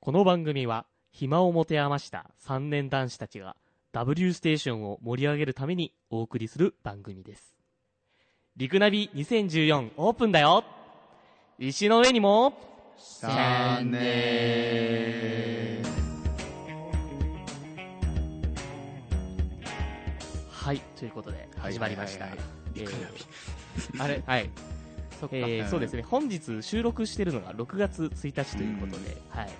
この番組は暇を持て余した3年男子たちが W ステーションを盛り上げるためにお送りする番組です。リクナビ2014オープンだよ石の上にもサンデーはい、ということで始まりました。リクナ ビあれはい。そっかえーそうですね、本日収録してるのが6月1日ということで、はい、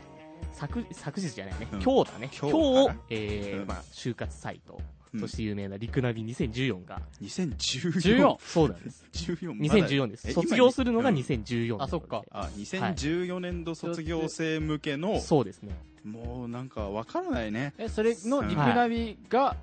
昨昨日じゃないね、うん今日だね、今今日日をかな、えーうんまあ、就活サイト、うんそして有名なリクナビ2014が、 2014 そうなんです、 14 2014です、卒業するのが2014、あそっか、あ2014年度卒業生向けの、そうですね、もうなんかわからないねえそれのリクナビが、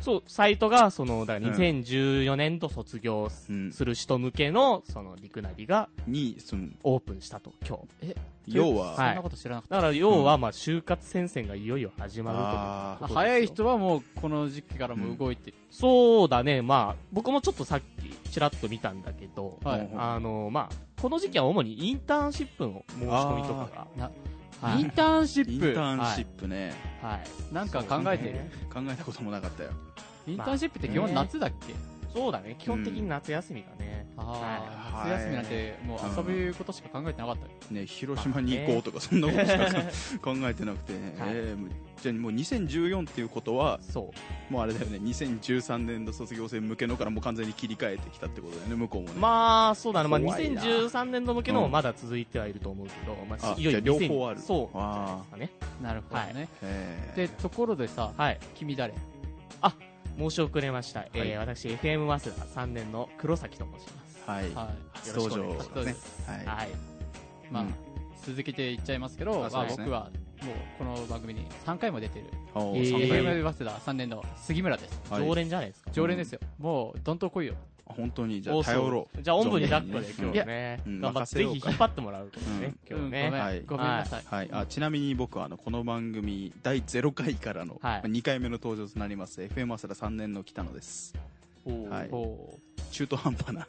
そうサイトがそのだからうん2014年度卒業うんする人向けのそのリクナビがにそのオープンしたと、今日要そは、んなこと知らなかっだから要はまあ就活戦線がいよいよ始まるというあた、はいあ早い人はもうこの時期からもう動いて、そうだね、まあ、僕もちょっとさっき、ちらっと見たんだけど、はいうんあの、まあ、この時期は主にインターンシップの申し込みとかが、はインい、ターンシイッンプターンシップね、はい、なんか考えてる、そうね考えたこともなかったよインターンシップって基本夏だっけ、そうだね、基本的に夏休みだね。ああはい夏休みなんてもう遊ぶことしか考えてなかった、ね広島に行こうとかそんなことしか 考えてなくて、ねはいえーもうじゃあもう2014っていうことはそもうあれだよね2013年度卒業生向けのからもう完全に切り替えてきたってことだよね向こうもねう。まあ、そうだね、まあ、怖いな2013年度向けのもうんまだ続いてはいると思うけど、まあじゃあ2000両方あるそう、じゃないあですかね。なるほどね、あでところでさはい、君誰申し遅れました。えー私、FM 早稲田3年の黒崎と申します。はいはい初登場よろしくお願いしですねはいはい。まあ、うん続けて言っちゃいますけど、あまそうあ、ですね僕はもうこの番組に3回も出てる、おえーー三え回ー目 FM 早稲田3年の杉村ですはい常連じゃないですか。常連ですよ、もうどんと来いよ本当にじゃあ頼ろう。じゃあ、おんぶに抱っこで存今分に日ね、うん頑張って、任せぜようひか引っ張ってもらうことね、今日うんごめん、ね。はいごめんなさい、うはいあちなみに僕はあのこの番組第0回からのはい2回目の登場となります FM 早稲田3年の北野ですおーはいお中途半 端な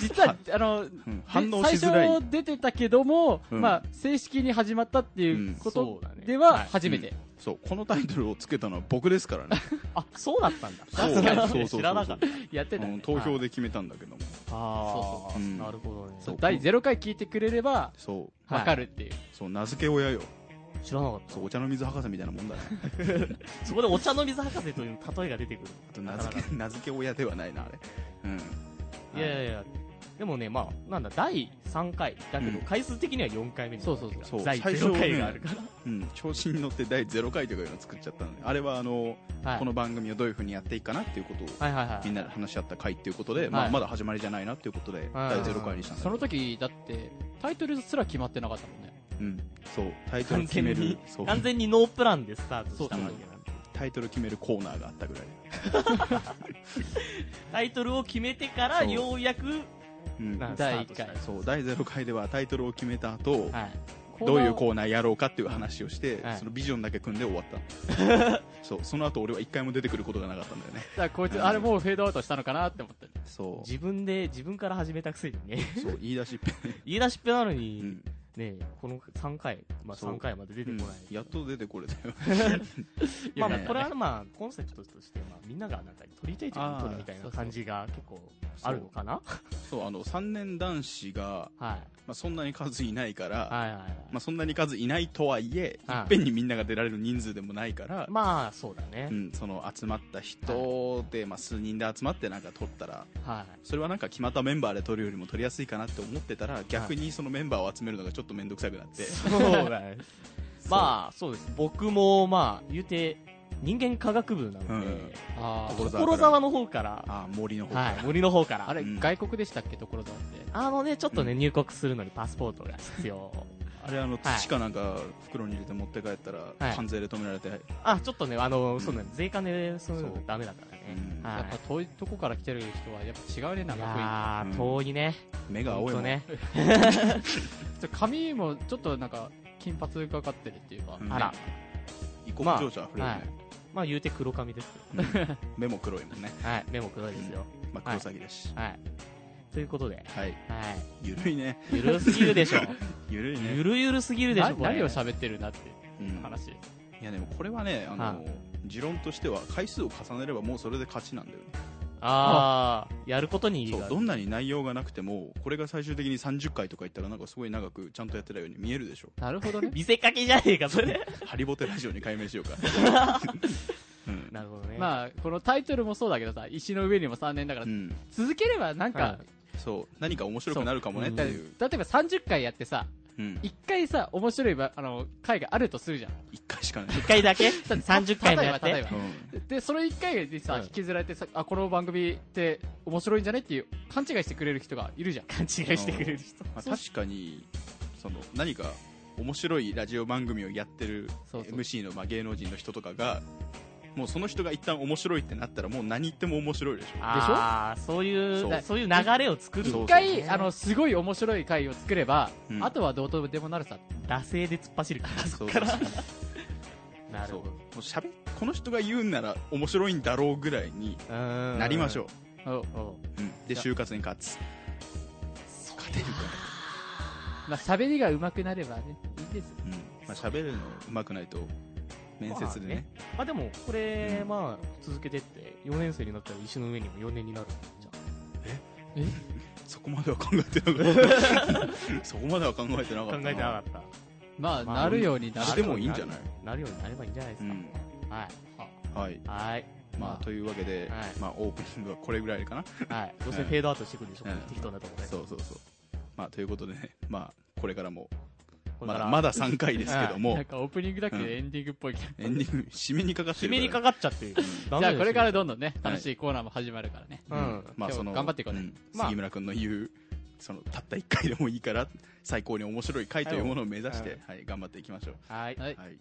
実はあのうんで反応しづら最い初出てたけども、うんまあ、正式に始まったっていううこんそとうだねでははい初めて、そうこのタイトルをつけたのは僕ですからねあ、そうだったんだ。そう確かにそうそうそうそう知らなかった。やってた、うん投票で決めたんだけども、あそうそうー、なるほどね。そうそう第0回聞いてくれればそはい分かるっていう、うそう名付け親よ知らなかっそうお茶の水博士みたいなもんだねた。そこでお茶の水博士という例えが出てくる。あと名付け名付け親ではないなあれうんいやいやいや。でもね、まあ、なんだ、第3回。だけどうん、回数的には4回目になるそうそうそう第最初0回があるから。うん、調子に乗って第0回とかいうのを作っちゃったのであれはあの、はいこの番組をどういうふうにやっていくかなっていうことをはいはいはみんい。なで話し合った回っていうことで、まあ、まだ始まりじゃないなっていうことで、第0回にしたんだそけどの時だってタイトルすら決まってなかったもんねうん、そうタイトル完決全めにるそう、完全にノープランでスタートしたわけなんでタイトル決めるコーナーがあったぐらい、タイトルを決めてから、そうようやく、うんなんか第スタ1ー回トしそう第0回ではタイトルを決めた後、はい。どういうコーコーナーやろうかっていう話をして、はいそのビジョンだけ組んで終わったの そうその後俺は1回も出てくることがなかったんだよねナーだからこいつあれもうフェードアウトしたのかなって思ってそ自分で、自分から始めたくせにね。うそう言い出しっぺ、 言い出しっぺなのうに、んねえこの3回、まあそう3回まで出てこない。うんやっと出てこれた よまあいやまあこれはまあ、コンセプトとして、まあみんながなんか取りたいときに取るみたいな感じが結構あるのかなそうあの3年男子が、はい。まあ、そんなに数いないから、はいはいはい。まあ、そんなに数いないとはいえ、はいいっぺんにみんなが出られる人数でもないから、まあ、そうだねう。ん、その集まった人で、まあ、数人で集まってなんか撮ったらはい。それはなんか決まったメンバーで撮るよりも撮りやすいかなって思ってたら逆にそのメンバーを集めるのがちょっと面倒くさくなって、そうだね。 まあ、そうです。僕もまあ、言うて、人間科学部なので、うんあー所沢の方から、ああ森の方はい、森の方から。あれ、うん外国でしたっけ所沢ってあのね、ちょっとね、う入国するのにパスポートが必要。あれあのはい土かなんか袋に入れて持って帰ったら、はい関税で止められて、 あ、ちょっとね、あの、んそうだね、税関で、そういうのそうダメだからねう。んはやっぱい。遠いとこから来てる人はやっぱ違うねなんいかやうんー、遠いね。目が青ほいんもとん、ね。雰囲気ちょ髪もちょっとなんか金髪がかってるっていうか、うんあら、異国情緒あふまれるね、あはいまあ言うて黒髪ですけうん目も黒いもんね、ど。はい、目も黒いですよ。まあ、黒詐欺だし、はい。ということで、はいはゆるいねい。ゆるすぎるでしょ。ゆるいねゆるゆるすぎるでしなょ、これ。何を喋ってるなってうん話。いやでもこれはねあの、は持論としては回数を重ねればもうそれで勝ちなんだよねああ、やることに意義そがうあるどんなに内容がなくてもこれが最終的に30回とか言ったらなんかすごい長くちゃんとやってたように見えるでしょなるほどね。見せかけじゃねえか、それ。ハリボテラジオに解明しようか、うんなるほどね。まあ、このタイトルもそうだけどさ、石の上にも3年だからう、ん、続ければなんかは、そう何か面白くなるかもねっそうてだ例いえう、ば30回やってさ、うん、 1回さ、面白いばあの回があるとするじゃん。 1回しかない、一回だけ ?30 回もやっ例て。えばう例えんば。で、その1回でさう、ん引きずられてさ、あ、この番組って面白いんじゃねっていう、勘違いしてくれる人がいるじゃん。勘違いしてくれる人。まあ、確かにその何か面白いラジオ番組をやってるそうそう MC のまあ芸能人の人とかがもうその人が一旦面白いってなったらもう何言っても面白いでしょああ、そういうそうそういう流れを作る。そう一そう回、ねあの、すごい面白い回を作れば、うんあとはどうとでもなるさ。惰性で突っ走るから。 そうそうそうなるそうほもど。うしゃべこの人が言うんなら面白いんだろうぐらいにななりましょあのうん。おう、うんでじゃあ就活に勝つ勝てるかまあ、喋りが上手くなればね、いいです。ら、うんまあ、喋るのうまくないと面接でね,、まあでも、これう、んまあ、続けてって、4年生になったら石の上にも4年になる。じゃそこまでは考えてなかっ たそこまでは考えてなあか考ったえてなかった。まあ、まあなるようになしるて。もいいんじゃないなるようになればいいんじゃないですか。はい。はいはい。まあ、というわけで、はいまあ、オープニングはこれぐらいかなはい。どうせうんフェードアウトしてくるでしょ、うん適当なところで。そうそうそう、まあ、ということでね、まあ、これからもこれまからだまだ3回ですけどもなんかオープニングだけでエンディングっぽいけど。エンディング締めにかかって締るからめにかかっちゃってる。じゃあこれからどどんどんね、はい楽しいコーナーも始まるからね。ううんん。まあ今日その頑張っていこうねんまあ杉村君の言うそのたった1回でもいいから最高に面白い回というものを目指して、ははい頑張っていきましょう、はい。はい。はい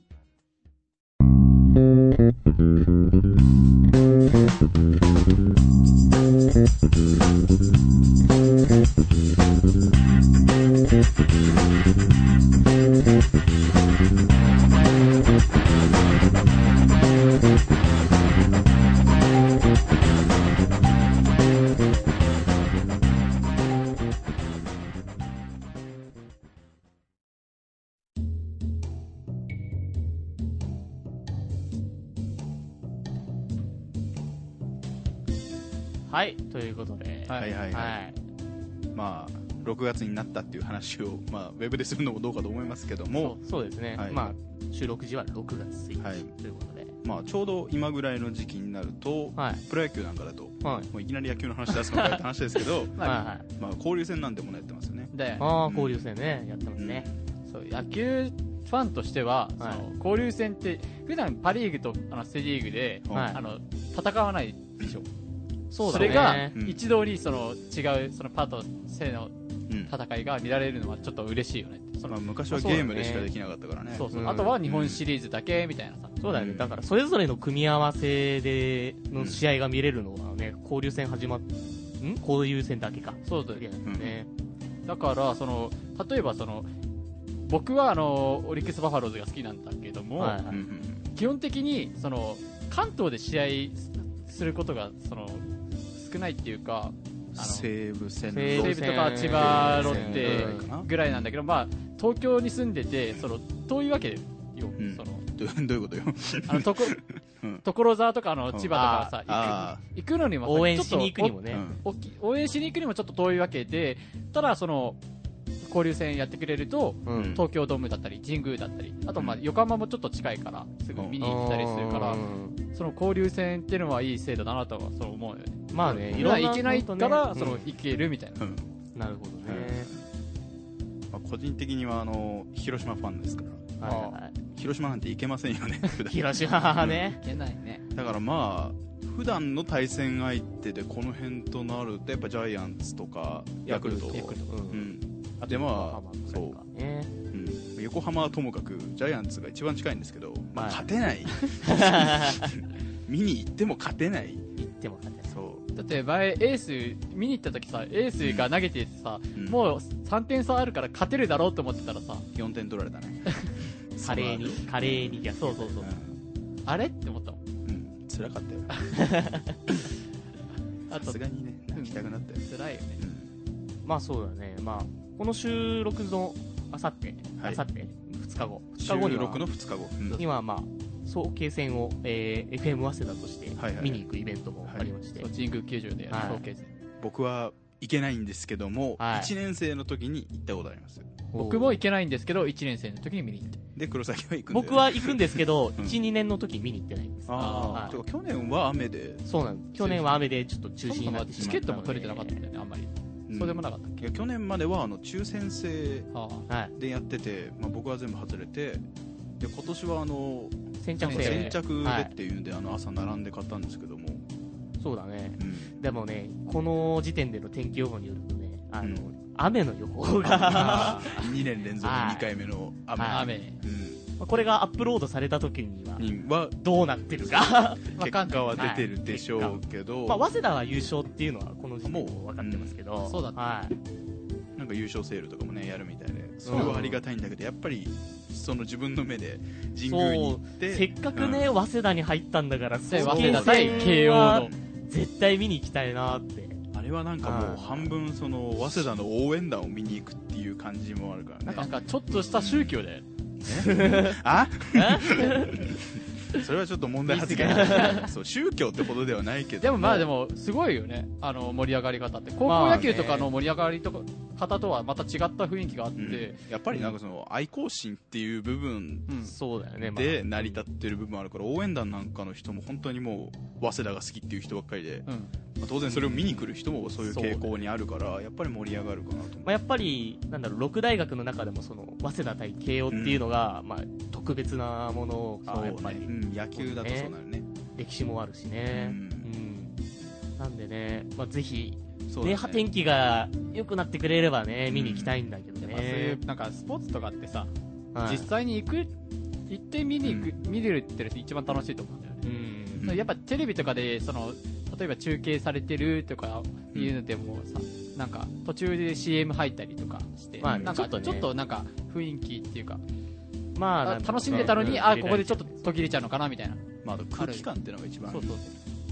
はい。ということで。は、はいはいはいはい。まあ6月になったっていう話を、まあ、ウェブでするのもどうかと思いますけどもそうそうですねは。いまあ、収録時は6月1はい日ということで。まあ、ちょうど今ぐらいの時期になると、はい。プロ野球なんかだとはい。もういきなり野球の話出すのかよって話ですけどまはいあはい。 まあ、交流戦なんてものやってますよねだよああ、交流戦ね。やってますね。そう野球ファンとしては、はいその交流戦って、普段パ・リーグとあのセ・リーグで、はいあの戦わないでしょ、そうだれがね。うん一堂にその違うそのパとセのうん戦いが見られるのはちょっと嬉しいよね、そのまあ、昔はゲームでしかできなかったからねそうそううんあとは日本シリーズだけみたいなさ、そうだよね。うんだから、それぞれの組み合わせで、の試合が見れるのはね、交流戦始まっ、ん交流戦だけか。そうだだけだよね。だからその、例えばその、僕はあのオリックス・バファローズが好きなんだけども、はいうんうん基本的にその関東で試合すすることがその少ないっていうか、あの西武戦の西西武武戦とか千葉ロッ西武テ戦ぐらいかなぐらいなんだけど、まあ、東京に住んでてその遠いわけよ、んそのどうどういうことよあのとこうん所沢とかあの千葉とかさあ行く行くのにもさ応援しに行くにもうね。んちょっとおおき応援しに行くにもちょっと遠いわけでただ、その交流戦やってくれるとううん東京ドームだったり神宮だったりあとまあうん横浜もちょっと近いからすぐ見に行ったりするからうんその交流戦っていうのはいい制度だなとはそう思うよね。まあね、うんいいろんな。行けないから、そのうん行けるみたいな。うんなるほどね。まあ、個人的にはあの広島ファンですからはいはいはい広島なんて行けませんよね普段広島はね。いけないね。だからまあ普段の対戦相手でこの辺となるとやっぱジャイアンツとかヤクルトヤクルト。ううんん、でままああまあそう、ねうん、横浜はともかくジャイアンツが一番近いんですけど、まあ、はい勝てない見に行っても勝てない行っても勝てないそだって前、エース、見に行った時さ、エースが投げててさ、う、うん、もう3点差あるから勝てるだろうと思ってたらさ、 4点取られたね華麗に、華麗に逆転。そうそうそそううな。んあれって思ったもん。うん、辛かったよあさとす、がにね泣きたくなったよ、辛いよね。うんまあそうだね、まあ、この収録のあさって、はいあさって、2日後、収2日後には録の2日後、うんには、まあ、早慶戦を、えー FM 早稲田としてはいはい見に行くイベントもありまして、そう神宮球場でやるはい早慶戦僕は行けないんですけども、はい1年生の時に行ったことあります僕も行けないんですけど1年生の時に見に行ってで黒崎は行くんで僕は行くんですけど、うん1、2年の時見に行ってないんです。あはいあ、てか去年は雨でそうなんです。去年は雨でちょっと中止になってしチまったのケでットも取れてなかったんだよねあんまり、そうでもなかったっいや去年まではあの抽選制け、ははい。でやってて、まあ、僕は全部外れてで今年はあの先着そうです制先ね。着ではっいていうんで、あの朝並んで買ったんですけども、そうだね。 うんでもね、この時点での天気予報によるとね、あの、う雨の予報が、 2年連続2回目の雨,、はいあ、は雨、うんこれがアップロードされた時には、にはどうなってるか。わか結んない果は出てるでしょうけど、まあ、早稲田が優勝っていうのはこの時点でも分かってますけど、うんそうだねはい。なんか優勝セールとかもねやるみたいでそれはありがたいんだけどやっぱりその自分の目で神宮に行ってせっかくね、早稲田に入ったんだから、で早早稲稲田田対対慶慶応応のの絶対見に行きたいなって。あれはなんかもはうい半分その早稲田の応援団を見に行くっていう感じもあるからねなんかなんかちょっとした宗教で、あ それはちょっと問題発言 そう宗教ってほどではないけどでもまあでもすごいよねあの盛り上がり方って高校野球とかの盛り上がりとか方とはまた違った雰囲気があって、うんやっぱりなんかその愛好心っていう部分うんそうだよね、まあで成り立ってる部分あるから応援団なんかの人も本当にもう早稲田が好きっていう人ばっかりで、うんまあ当然それを見に来る人もそういう傾向にあるからやっぱり盛り上がるかなと思うまあ、やっぱり、なんだろう、六大学の中でもその、早稲田対慶応っていうのが、まあ、特別なものそうが、ねやっぱり、うん、野球だとそうなるね歴史もあるしね。うんうんなんでね、まあ、ぜひ、そうだね、ね天気が良くなってくれればね、うん見に行きたいんだけどでまあそういねう。なんかスポーツとかってさ、はい実際に行く行って見に行く、見れるって一番楽しいと思うんだよね、うんそのやっぱテレビとかでその例えば中継されてるとかいうのでもさ、なんか途中で CM 入ったりとかして、まあねなんかちょっとねちょっとなんか雰囲気っていうか、まああなんだろう楽しんでたのに、うんあここでちょっと途切れちゃうのかなみたいな、まあ、あと空気感っていうのが一番そうそうそう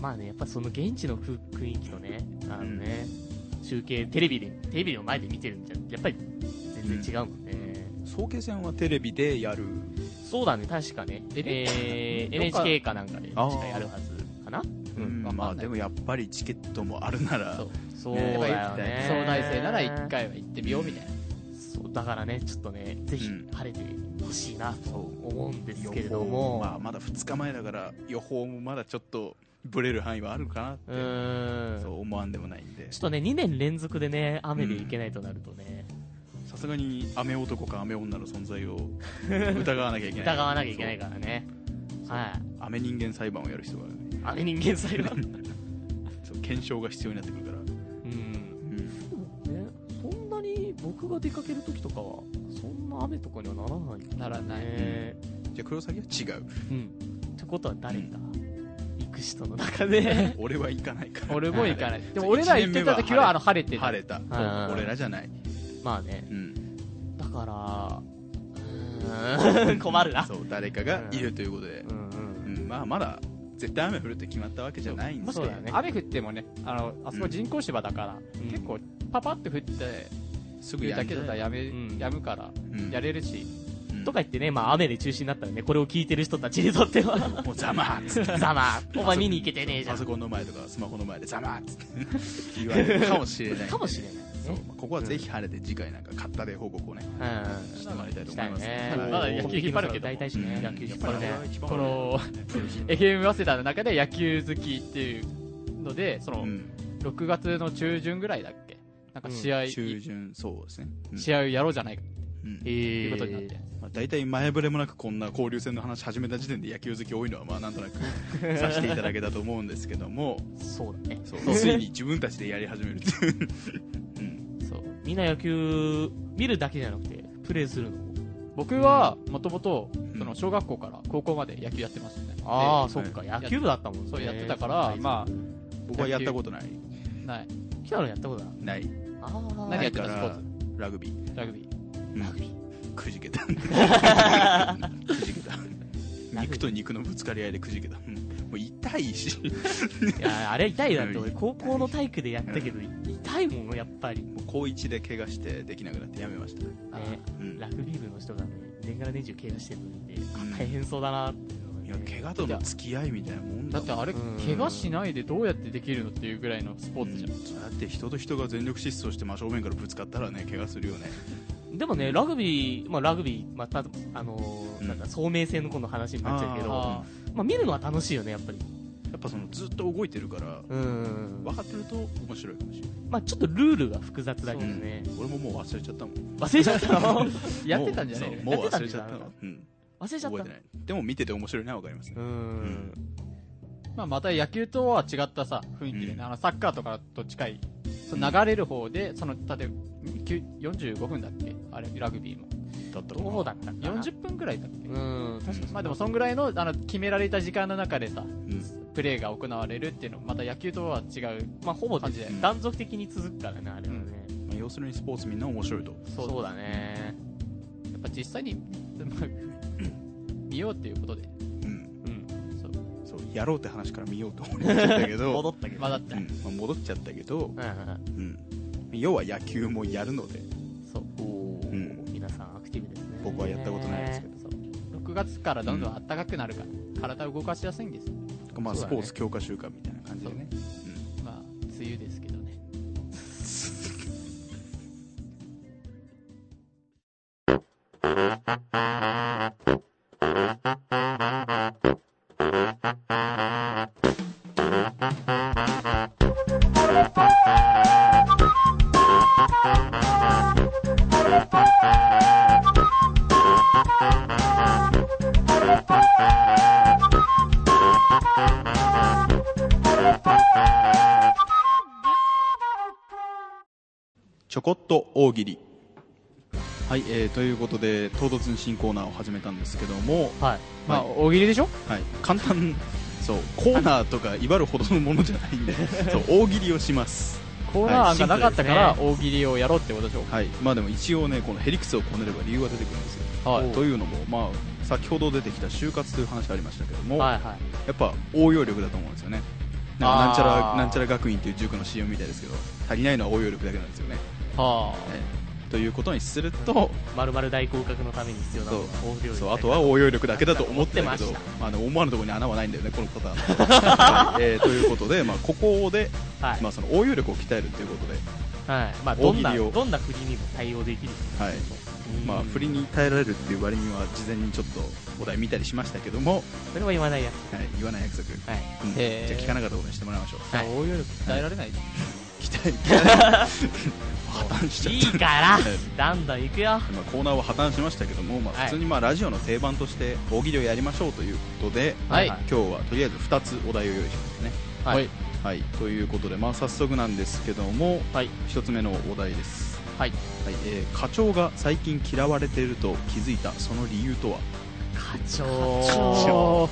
まあね、やっぱその現地の雰雰囲気とね、あのね、中継、テレビで、テレビの前で見てるんじゃ、やっぱり全然違うもんね。早慶戦はテレビでやるそうだね、確かね。ええー、どっか NHK かなんかであー確かやるはずかなう。うんんわかんないまあでもやっぱりチケットもあるならそうそうだねよね。総大生なら1。回は行ってみようみたいな、そう、だからね、ちょっとね、ぜひうん晴れてほしいなと思うんです予けれ報ども、まあ、まだ2日前だから予報もまだちょっとブレる範囲はあるかうなって、ーん。そう思わんでもないんでちょっとね、2年連続でね、雨で行けないとなるとね、さすがに雨男か雨女の存在 を疑わなきゃいけない疑わなきゃいけないかからね。そうはい。ら雨人間裁判をやる人が、ね、雨人間裁判。そう検証が必要になってくるから、うん。うんね、そんなに僕が出かけるときとかは、そんな雨とかにはならないよね。ならない、えじゃあ黒崎は違うーうん。ってことは誰か、行く人の中で。俺は行かないから俺も行かない、でもそう俺ら行ってた時はあの晴れてた晴れたあー俺らじゃない、 まあね。うんだ から、うーん、困るな。そう誰かがいるということで、うんうん。うんまあまだ絶対雨降るって決まったわけじゃないんでもしそうだよね雨降ってもねあのあそこ人工芝だから、うん結構パパって降ってすぐ降るやだんじけゃだったらうやめ、うんやむからんやれるし、うんとか言ってね、まあ雨で中止になったらね、これを聞いてる人たちにとって は、もうざまーっつってざま、お前見に行けてねえじゃパソん。コンの前とかスマホの前でざまーっ つって言われるかもしれないかもしれないそう、まあここはぜひ晴れて次回なんか勝ったで報告をねね。してもらいたいうん。とし思たいいますね。はいまだ野球引っ張るけど大体しね、うん野球引っやっ張ぱるりね。このプロ人 FM 早稲田の中で野球好きっていうのでその、うん6月の中旬ぐらいだっけなんか試合、中旬そうですね、うん試合をやろうじゃないかっうんえてーいうことになって、まあ、大体前触れもなくこんな交流戦の話始めた時点で野球好き多いのはまあなんとなく させていただけたと思うんですけどもそうだね。そうついに自分たちでやり始めるっていう、うん、そうみんな野球見るだけじゃなくて、プレーするのも僕はもともとんその小学校から高校まで野球やってましたねああ、でそっか、野球部だったもんね。そうやってたからま僕はやったことないでないあ、来たのやったことだ。ないああ、何やってたなスいポからーツラグビーラグビーラグビー。くじけ たくじけた肉と肉のぶつかり合いでくじけたうんもう痛いしいや、あれ痛いなって、うん俺、高校の体育でやったけど、痛痛いもんやっぱり、ね、もう高一で怪我してできなくなってやめましたねあうんラグビー部の人がね年がら年中怪我してるの見てあ大変そうだなっていうのがねいや怪我との付き合いみたいなもんだだってあれうん怪我しないでどうやってできるのっていうぐらいのスポもーんツじゃん、そうやって人と人が全力疾走して真正面からぶつかったらね怪我するよねでもねラグビーまあラグビーまたあのーうんなんか聡明性の今度話になっちゃうけどあまあ見るのは楽しいよねやっぱりやっぱそのずっと動いてるからうん分かってると面白いかもしれないまあちょっとルールが複雑だけどね俺ももう忘れちゃったもん忘れちゃったのやってたんじゃないもうそのうもう忘れちゃったやってたのうん忘れちゃった覚えてないでも見てて面白いな分かりますねうーんまあ、また野球とは違ったさ雰囲気でね、うんあのサッカーとかと近いそのうん流れる方で、その例えばきゅ45分だっけあれラグビーもだったかなどうだったかな40分ぐらいだっけ、うーん確かにまあでもそんぐらいのあの決められた時間の中でうさんプレーが行われるっていうのまた野球とは違うまあほぼ感じでうん断続的に続くからねあれはねまあ要するにスポーツみんな面白いとそうそうだねやっぱ実際に まあ見ようっていうことでうんうんそうそうやろうって話から見ようと思っちゃったけど戻ったけどまだうっんて、うんまあ戻っちゃったけど、うんうんうん、要は野球もやるのでそうおーうん皆さんアクティブですね僕はやったことないですけど、 6月からどんどん暖かくなるから、体を動かしやすいんです、まあ、そうスだねポーツ強化週間みたいな感じでねまあ梅雨ですけどねちょこっと大喜利はい、えーということで唐突に新コーナーを始めたんですけども、はいまあは大喜利でしょはい、簡単そうコーナーとか威張るほどのものじゃ ないんでそう大喜利をしますコーナー案がなかったから大喜利をやろうってことでしょはいまあでも一応ねこのへりくつをこねれば理由が出てくるんですよ、はいというのもまあ先ほど出てきた就活という話ありましたけども、はいはいやっぱ応用力だと思うんですよねなんかなんちゃあらーなんちゃら学院という塾の CM みたいですけど足りないのは応用力だけなんですよね、はええということにすると、まるまる大降格のために必要なのは大量そうあとは応用力だけだと思ってたけ思どってままあ、でも思わぬところに穴はないんだよねこのパターン、 はいえーということで、まあ、ここで、はいまあ、その応用力を鍛えるということで、はいまあどんな大喜利をどんな振りにも対応できるはいうんまあ、振りに耐えられるっていう割には事前にちょっとお題見たりしましたけども、それは言わないやはい、言わない約束、つはいうんじへーゃあ聞かなかったことにしてもらいま しょうい、応用力鍛えられない、鍛え鍛え 破綻しちゃいったいからえだんだん行くよまあ、コーナーは破綻しましたけども、まはあ、い普通にまあラジオの定番として大喜利をやりましょうということで、はい今日はとりあえず2つお題を用意しましたね、はいはいはい、ということで、まあ、早速なんですけどもはい1つ目のお題です、はいはいえー課長が最近嫌われていると気づいたその理由とは、課長課長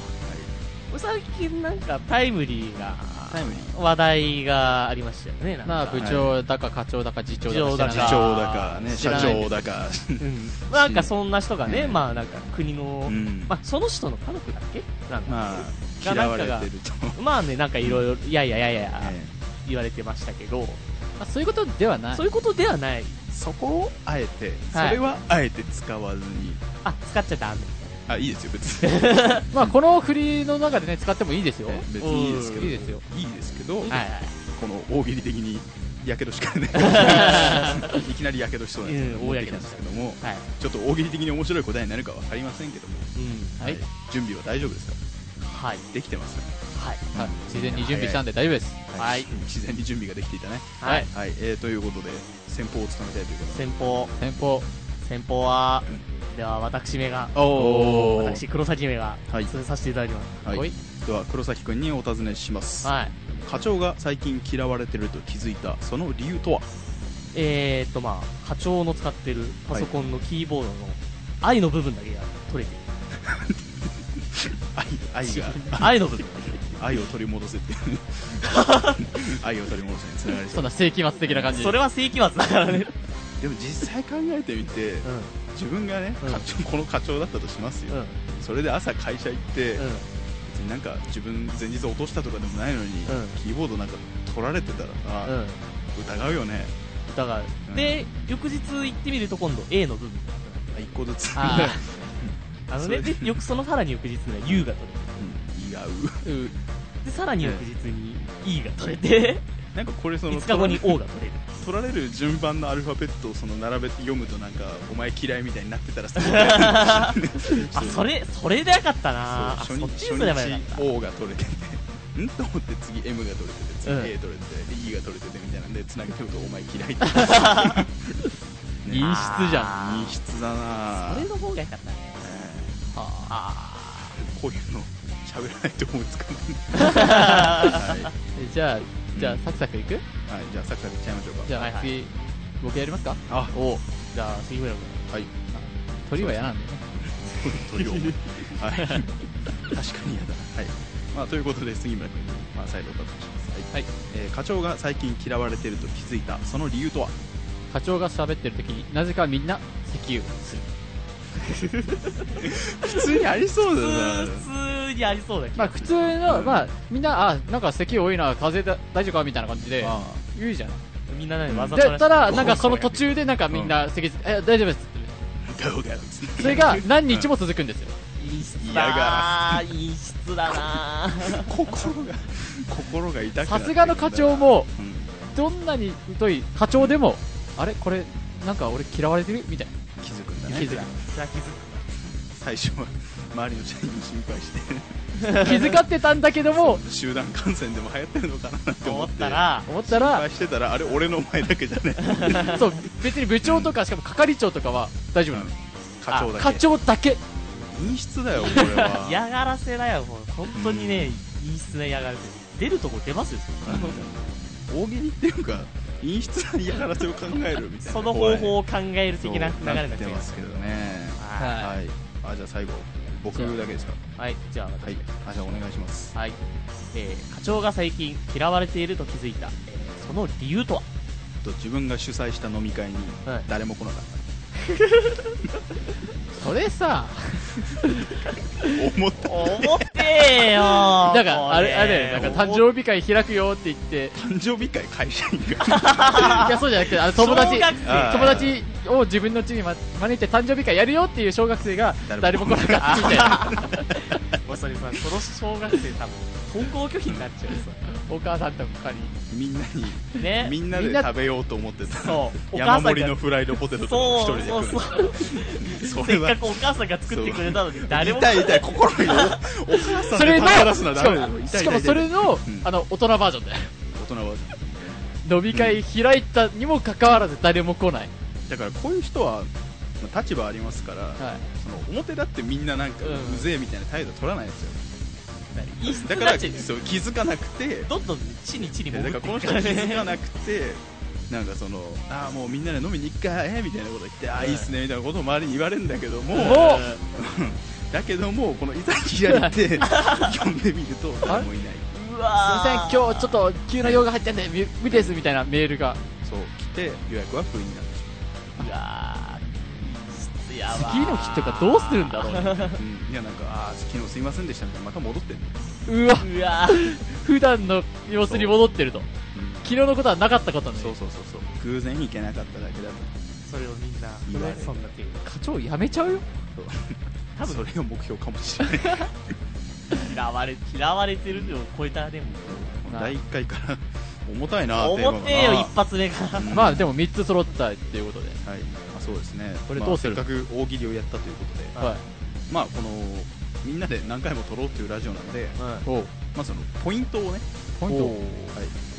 最近なんかタイムリーなタイムリ話題がありましたよねなんまあか部長だか課長だか次長だか次知ら課あな長だか、ね、い知社らない長だか、うんなんかそんな人がねうんまあなんか国のうんまあその人の家族だっけなんかまあ、が嫌われてると、まあねなんかいろいろいやいやいやいやえ言われてましたけどまあそういうことではないそういうことではないーそこをあえて、はいそれはあえて使わずにあ使っちゃダメあいいですよ別にまあこの振りの中でね使ってもいいですよえ別にいいですけどいいですよいいですけど、はいはいこの大喜利的にやけどしかねいきなりやけどしそうなやつうん持ってきたんですけどもはいちょっと大喜利的に面白い答えになるかわかりませんけども、うんはい準備は大丈夫ですかはいできてますかはいはい事前に準備したんで大丈夫ですはい自然に準備ができていたねはいはい、えー、ということで先方を務めたいということで先方先方先方はでは私めがおー私黒崎めがはいそれさせていただきまはおいい、では黒崎君にお尋ねしますすはい課長が最近嫌われてると気づいたその理由とはえーっとまあ課長の使ってるパソコンのキーボードの愛の部分だけが取れてい愛愛るが 愛の部分 愛を取り戻 せっていう愛を取り戻せにつながりそそうんな世紀末的な感じそれは世紀末だからねでも実際考えてみてう自分がね、うん課長この課長だったとしますよ、んうんそれで朝会社行って、うん別になんか自分前日落としたとかでもないのに、うんキーボードなんか取られてたらさ、うん疑うよねだから、うんで翌日行ってみると今度 A の部分があ一個ず つああのねそれでよくそのさらに翌日には U が取れてうん違うーうでさらに翌日に E が取れて、なんかこれその5日後に O が取れる取られる順番のアルファベットをその並べて読むとなんかお前嫌いみたいになってたらさ あそれそれでよかったなあそそうっ初ち日にすればよかっ初日 O が取れててんと思って次 M が取れてて次うん A 取れてて E が取れててみたいなんで繋げてるとお前嫌 いって ね陰湿じゃん。あー陰湿だなたぁそれの方がよかったねはあこういうの喋らないと思いつかないはい、はあえじゃあ、じゃあ、サクサクいくい、じゃあサクサクいっちゃいましょうかじゃはあいはい次、僕やりますかあーおじゃあ杉村君はい鳥は嫌なんでね。鳥を思うはい確かに嫌だはいまあ、ということで杉村君に、まあ、再度お伺いします、はいえー課長が最近嫌われてると気づいたその理由とは課長が喋ってる時になぜかみんな石油する。普通にありそう普通にありそうだけど、まあ普通の、まあみんな、あ、なんか石油多いな、風邪だ大丈夫かみたいな感じであ言うじゃん。みんな何わざとで、らただ、うなんかその途中でなんかみんな石油、え、大丈夫ですって言う。ガオガオつってそれが何日も続くんですよ。陰質嫌がだな陰質だな心が心が痛くなってくるんださすがの課長も、うんどんなに疎い課長でも、あれこれ、なんか俺嫌われてるみたい気づくんだな。ね気づかそれは気づく最初は周りの社員に心配して気遣ってたんだけども、集団感染でも流行ってるのかななんてと思思っってたら思った心ら配、してたらあれ俺の前だけじゃねそう、別に部長とか、しかも係長とかは大丈夫なの。課長だけ課長だけ。陰湿だよこれは嫌がらせだよもう本当にね陰質な嫌がらせ出るとこ出ますよそんなの大喜利っていうか陰湿な嫌がらせを考えるみたいなその方法を考える的な流れになっってちゃいまますすけどねはははいあじゃあ最後僕だけですかい、はい、じゃあ私はいあじゃあお願いしますはい、えー課長が最近嫌われていると気づいた、えーその理由とはと自分が主催した飲み会にはい誰も来なかっそれさ、た、思った思ってよ ーなんか、あれ、あれ、なんか誕生日日会開くよって 言って、誕生日会会社員がいや、そうじゃなくて、あの友達小、学生あー友達を自分の家にま招いて誕生日会やるよっていう小学生が誰誰もも来なかったみたいな。もうそれさその小学生多分登校拒否になっちゃうよ お母さんとかに。 みんなにそれねみんなみでんな食べようと思ってたそうお母山さん盛りのがフライドポテトとかを一そ人うでそう食そううそせれっはかくお母さんが作ってくれたのに誰も痛い痛い心におお母さんそでれの、パン出すのはダしかメだよも、痛いし痛かいもそ痛いれのん、あの、大人バージョンだよ。大人は飲み会開いたにもかかわらず誰も来ない。だからこういう人はまあ立場ありますから、はい。その表だってみんななんかうんうぜえみたいな態度取らないですよ、陰湿だにかならっちゃうよそう気づかなくてどんどん地に地にだ潜かっていらこくの人かはら気づかねなくてなんかそのああもうみんなで飲みに行っかえみたいなこと言ってああいいっすねみたいなことを周りに言われるんだけどももだけどもこのいざきやって 呼んでみるとあ誰れもいないうすいわまーせん、今日ちょっと急な用が入ったんで、み無理ですみたいなメールが。そう来て予約は不意になってしうわーいやわー次の日とかどうするんだろうね。まう、うん、いやなんかああ昨日すいませんでしたみたいなまた戻ってんの、うわ、うわー普段の様子に戻ってると。う昨日のことはなかったことん、ね。そうそうそうそう偶然行けなかっただけだとそれをみんな言われるそんな手課長辞めちゃうよ。そう多分それが目標かもしれ ない嫌われ嫌われてるのを超えたでもな第1回から重たいなテーマが思なってよ一発目がうんまあでも3つ揃ったっていうことで。はい、まあ、そうですねこれまあどうするせっかく大喜利をやったということはでいはい。まあこのみんなで何回も撮ろうっていうラジオなんで、うんおうまあ、そのポイントをねポインおーはい、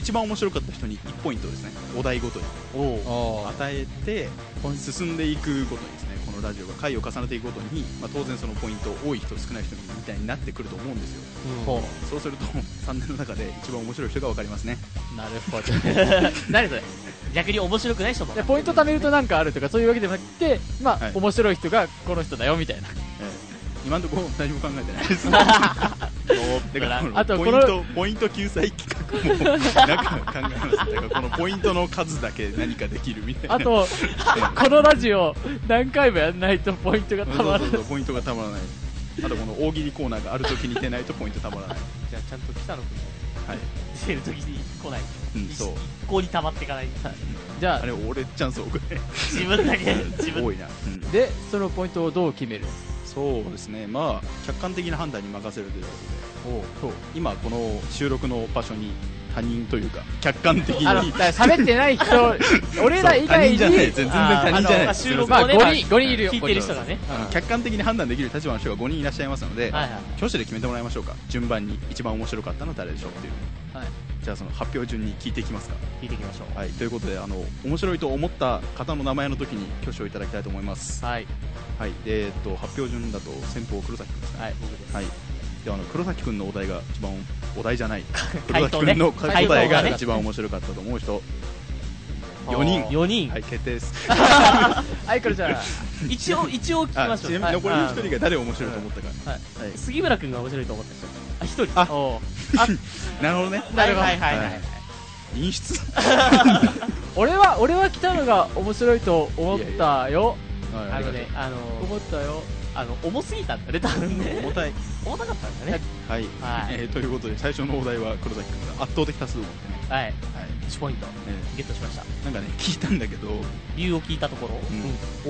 一番面白かった人に1ポイントですねお題ごとにおうト。ああ。与えてポイント進んでいくごとにですねこのラジオが回を重ねていくごとに、まあ、当然そのポイント多い人少ない人みたいになってくると思うんですよ ほそうすると3 年の中で一番面白い人が分かりますねう。なるほど。 何それ逆に面白くない人もでポイント貯めるとなんかあるとかそういうわけでもなくて、まあ、はい面白い人がこの人だよみたいな。ええ今のところ何も考えてない ですだからこのあとポイこンのトポイント救済企画もなんか考え ますだからこのポイントの数だけ何かできるみたいなあ と、このラジオ何回もやんないとポイントがそうたまらそなういそう。ポイントがたまらないあとこの大喜利コーナーがあるときに出ないとポイントたまらないじゃあちゃんと北野君はい、 出てる時に来ない、うん、そう一向に溜まっていかないじゃあれ俺チャンス多くね自分だけ自分多いな、うんあ、で、そのポイントをどう決めるそうですねまあ客観的な判断に任せるということで今この収録の場所に他人というか客観的にあの、だから喋ってない 人、俺ら以外に、そう他人じゃない全然他人じゃないあの収録まあ、をね、まあ5人、5人いるよ。聞いてる人がね。うん客観的に判断できる立場の人が5人いらっしゃいますので、はいはい。挙手で決めてもらいましょうか順番に一番面白かったのは誰でしょうっていう、はいじゃあその発表順に聞いていきますか聞いていきましょはいということであの面白いと思った方の名前の時に挙手をいただきたいと思いますう。はい。はいでえっと発表順だと先方黒崎君ですねはい、僕です。はいであの黒崎君のお題が一番お題じゃない黒回崎答ね君の回答答ねえが一番面白かったと思う人4人4人。はい決定ですはい、これじゃあ、一応、一応聞きあましちょなみう。にはい残りの1人が誰を面白いと思ったか杉村君が面白いと思った人。あ、一人。あお なるほどねーなるほど。はいはいははいい。陰湿俺は、俺は来たのが面白いと思ったよ。はいあのね、あの思ー、ったよ。あの、重すぎたんだね、多分ね。重たい重たかったんだね。はい、はいえーということで最初のお題は黒崎君が圧倒的多数を持ってね、はい。はい1ポイント。ねゲットしました。なんかね聞いたんだけど、理由を聞いたところ。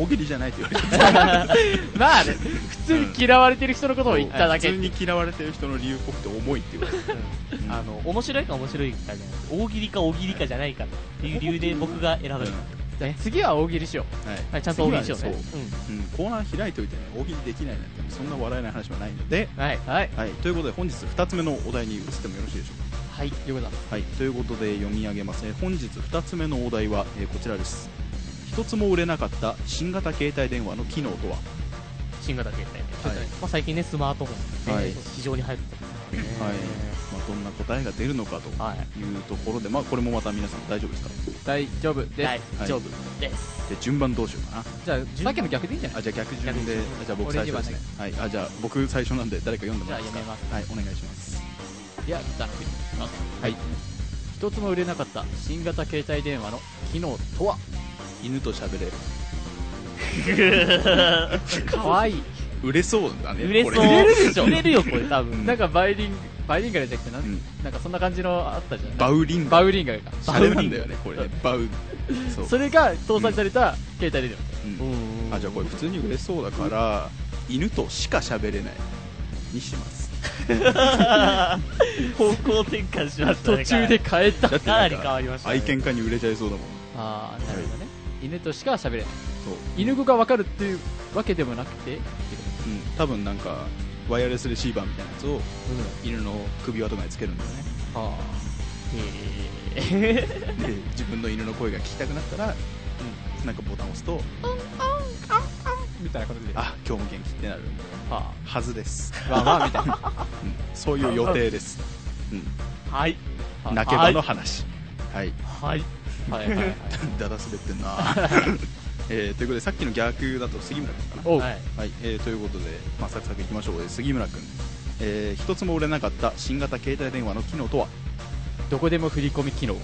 大喜利じゃないって言われてまあね、普通に嫌われてる人のことを言っただけ。普通に嫌われてる人の理由っぽくて重いって言われて、うんあの、面白いか面白いかじゃなくて、大喜利か大喜利かじゃないかっていう理由で僕が選ばれた。じゃあ次は大喜利しよう。はいはい、ちゃんと大喜利しようね。次はそう、うん、コーナー開いておいてね大喜利できないなんてそんな笑えない話はないので、うんはい。はい。はい、ということで本日2つ目のお題に移ってもよろしいでしょうかはい、ようこはい、ということで読み上げます、えー本日2つ目のお題は、えーこちらです一つも売れなかった新型携帯電話の機能とは新型携帯ねはいまあ、最近ね、スマートフォン、ねはい非常に流行ってますからはいね。まあ、どんな答えが出るのかとはい。いうところで、まあ、これもまた皆さん大丈夫ですかさん。大丈夫です。大丈夫です。で順番どうしようかなじゃあ、さっきの逆でいいんじゃないあじゃあ逆順であじゃあ僕俺最には初ですね、はい、あじゃあ僕最初なんで誰か読んでもらえますかじゃあはいお願いしますいや、じゃなくていいですはい。一つも売れなかった新型携帯電話の機能と は犬と喋れるかわいい。売れそうだね売れそう。こねるでしょ。売れるよ、これ、多分。なんかバイリン、バイリンガルじゃなくて、なんうんなんかそんな感じのあったじゃん。バウリンバウウリンガルか。シャレなんだよねこれねバウそうそれが搭載された携帯電話。うんうんあじゃあこれ普通に売れそうだから犬としか喋れないにします 方向転換しましたね。途中で変えた。だってかななんり変わりましたね。愛犬家に売れちゃいそうだもんあー、なるほどね。犬としか喋れない。そう犬語がわかるっていうわけでもなくて、うん、多分なんかワイヤレスレシーバーみたいなやつを犬の首輪とかにつけるんだよ あへーねで自分の犬の声が聞きたくなったら、なんかボタンを押すとーみたいな感じで。あ今日も元気ってなるあはずです、ー、まあまあ、みたいな。 うんそういう予定です、うん、はい。泣けばの話はい、 はい。はいはいはい。だだ滑ってんなえーということでさっきの逆だと杉村君かなおうはいはい、えーということで、まあ、サクサクいきましょう杉村君、えー一つも売れなかった新型携帯電話の機能とはどこでも振り込み機能。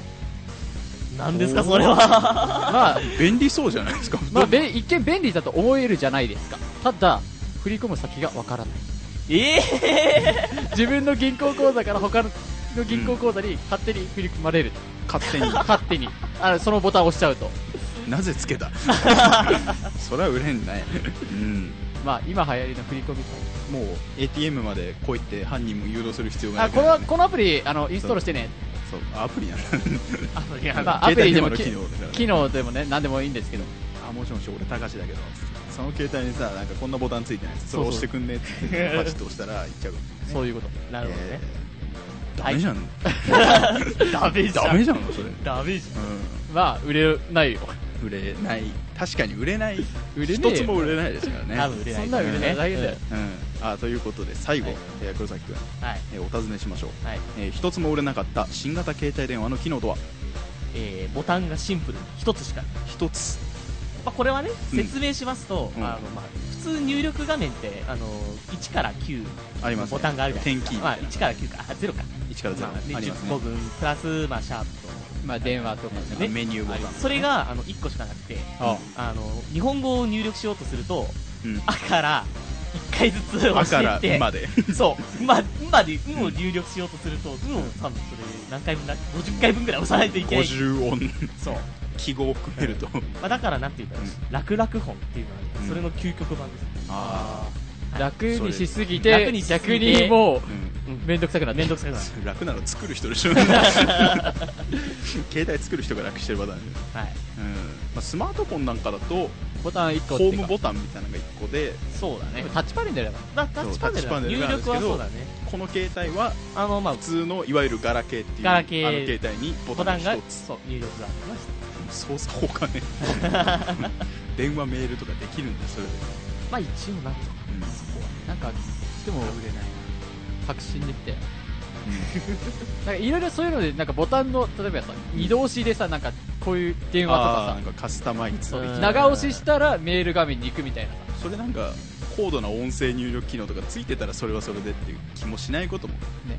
何ですか、それは。 まあ、便利そうじゃない ですか、まあ、べ一見便利だと思えるじゃないですか。ただ、振り込む先がわからない。ええ自分の銀行口座から他の銀行口座に勝手に振り込まれる。勝手に勝手に。あのそのボタンを押しちゃうと。なぜつけた それは売れんない、うん、まあ、今流行りの振り込み機もう ATM まで来いって犯人も誘導する必要能。がなあ、いこの、このアプリ、あの、インストールしてね。そうアプリなんだ ー。いやまあ、ア携プ帯リで電も話のき機能だから、ね、機能でもね、何でもいいんですけど。あもしもし俺高橋だけどその携帯にさなんかこんなボタンついてないやつそれ押してくんねって言ってパチッと押したら行っちゃうかもしれないねそういうこと。 なるほどね。えーダメじゃん、 ダメじゃん。ダメじゃんそれ、うダメじん、まあ、売れないよ。売れない確かに売れない売れねえよ一つも売れないですからねゃん。多分売れない。そんなの売れないだけだよ。うん、あということで最後、はいえー黒崎君、はい。えーお尋ねしましょう、はい。えー一つも売れなかった新型携帯電話の機能とはえーボタンがシンプルに一つしかない一つまあ、これはねうん説明しますと、うんあのまあ、普通入力画面ってあの1から9あります、ね、ボタンがあるじゃない点ですキーか、まあ、みたいな、 1から9かあ0か、 1から0、まあね、あります10ね個分プラス、まあ、シャープとまあ、電話とかね。ねメニューボタン、それがあの1個しかなくてああの日本語を入力しようとするとうん「あ」から1回ずつあか教らえて今でそう「ま」まで「うん」を入力しようとすると「うん」を多分それ何回分だ50回分ぐらい押さないといけない50音 そう、ま記号を含めるとあ、だからなんて言うんだろう楽々本っていうのがあるうんそれの究極版ですあ楽にしすぎ楽てにしすぎ逆てにもあ、うんうめんどくさくなってめんどくさくなる楽なの作る人で しょ携帯作る人が楽してるパターンで、はいうんまあ、スマートフォンなんかだとボタン1個ホっていうーかムボタンみたいなのが1個でそうだねタッチパネルだよだタッチパネルだそうタッチパネル入なんですけ力どはそうだねこの携帯はあのまあ普通のいわゆるガラケーっていうガラケーあの携帯にボボタタンンが1つそう入力がありまし操作法がね 電話メールとかできるんでそれで、まあ一応なんとかうんそこはなんかでも売れない革新できたよ なんかいろいろそういうのでなんかボタンの例えばさ移動しでさなんかこういう電あー話なんとかかカスタマイズそうさん長押ししたらメール画面に行くみたいなさそれなんか高度な音声入力機能とかついてたらそれはそれでっていう気もしないこともね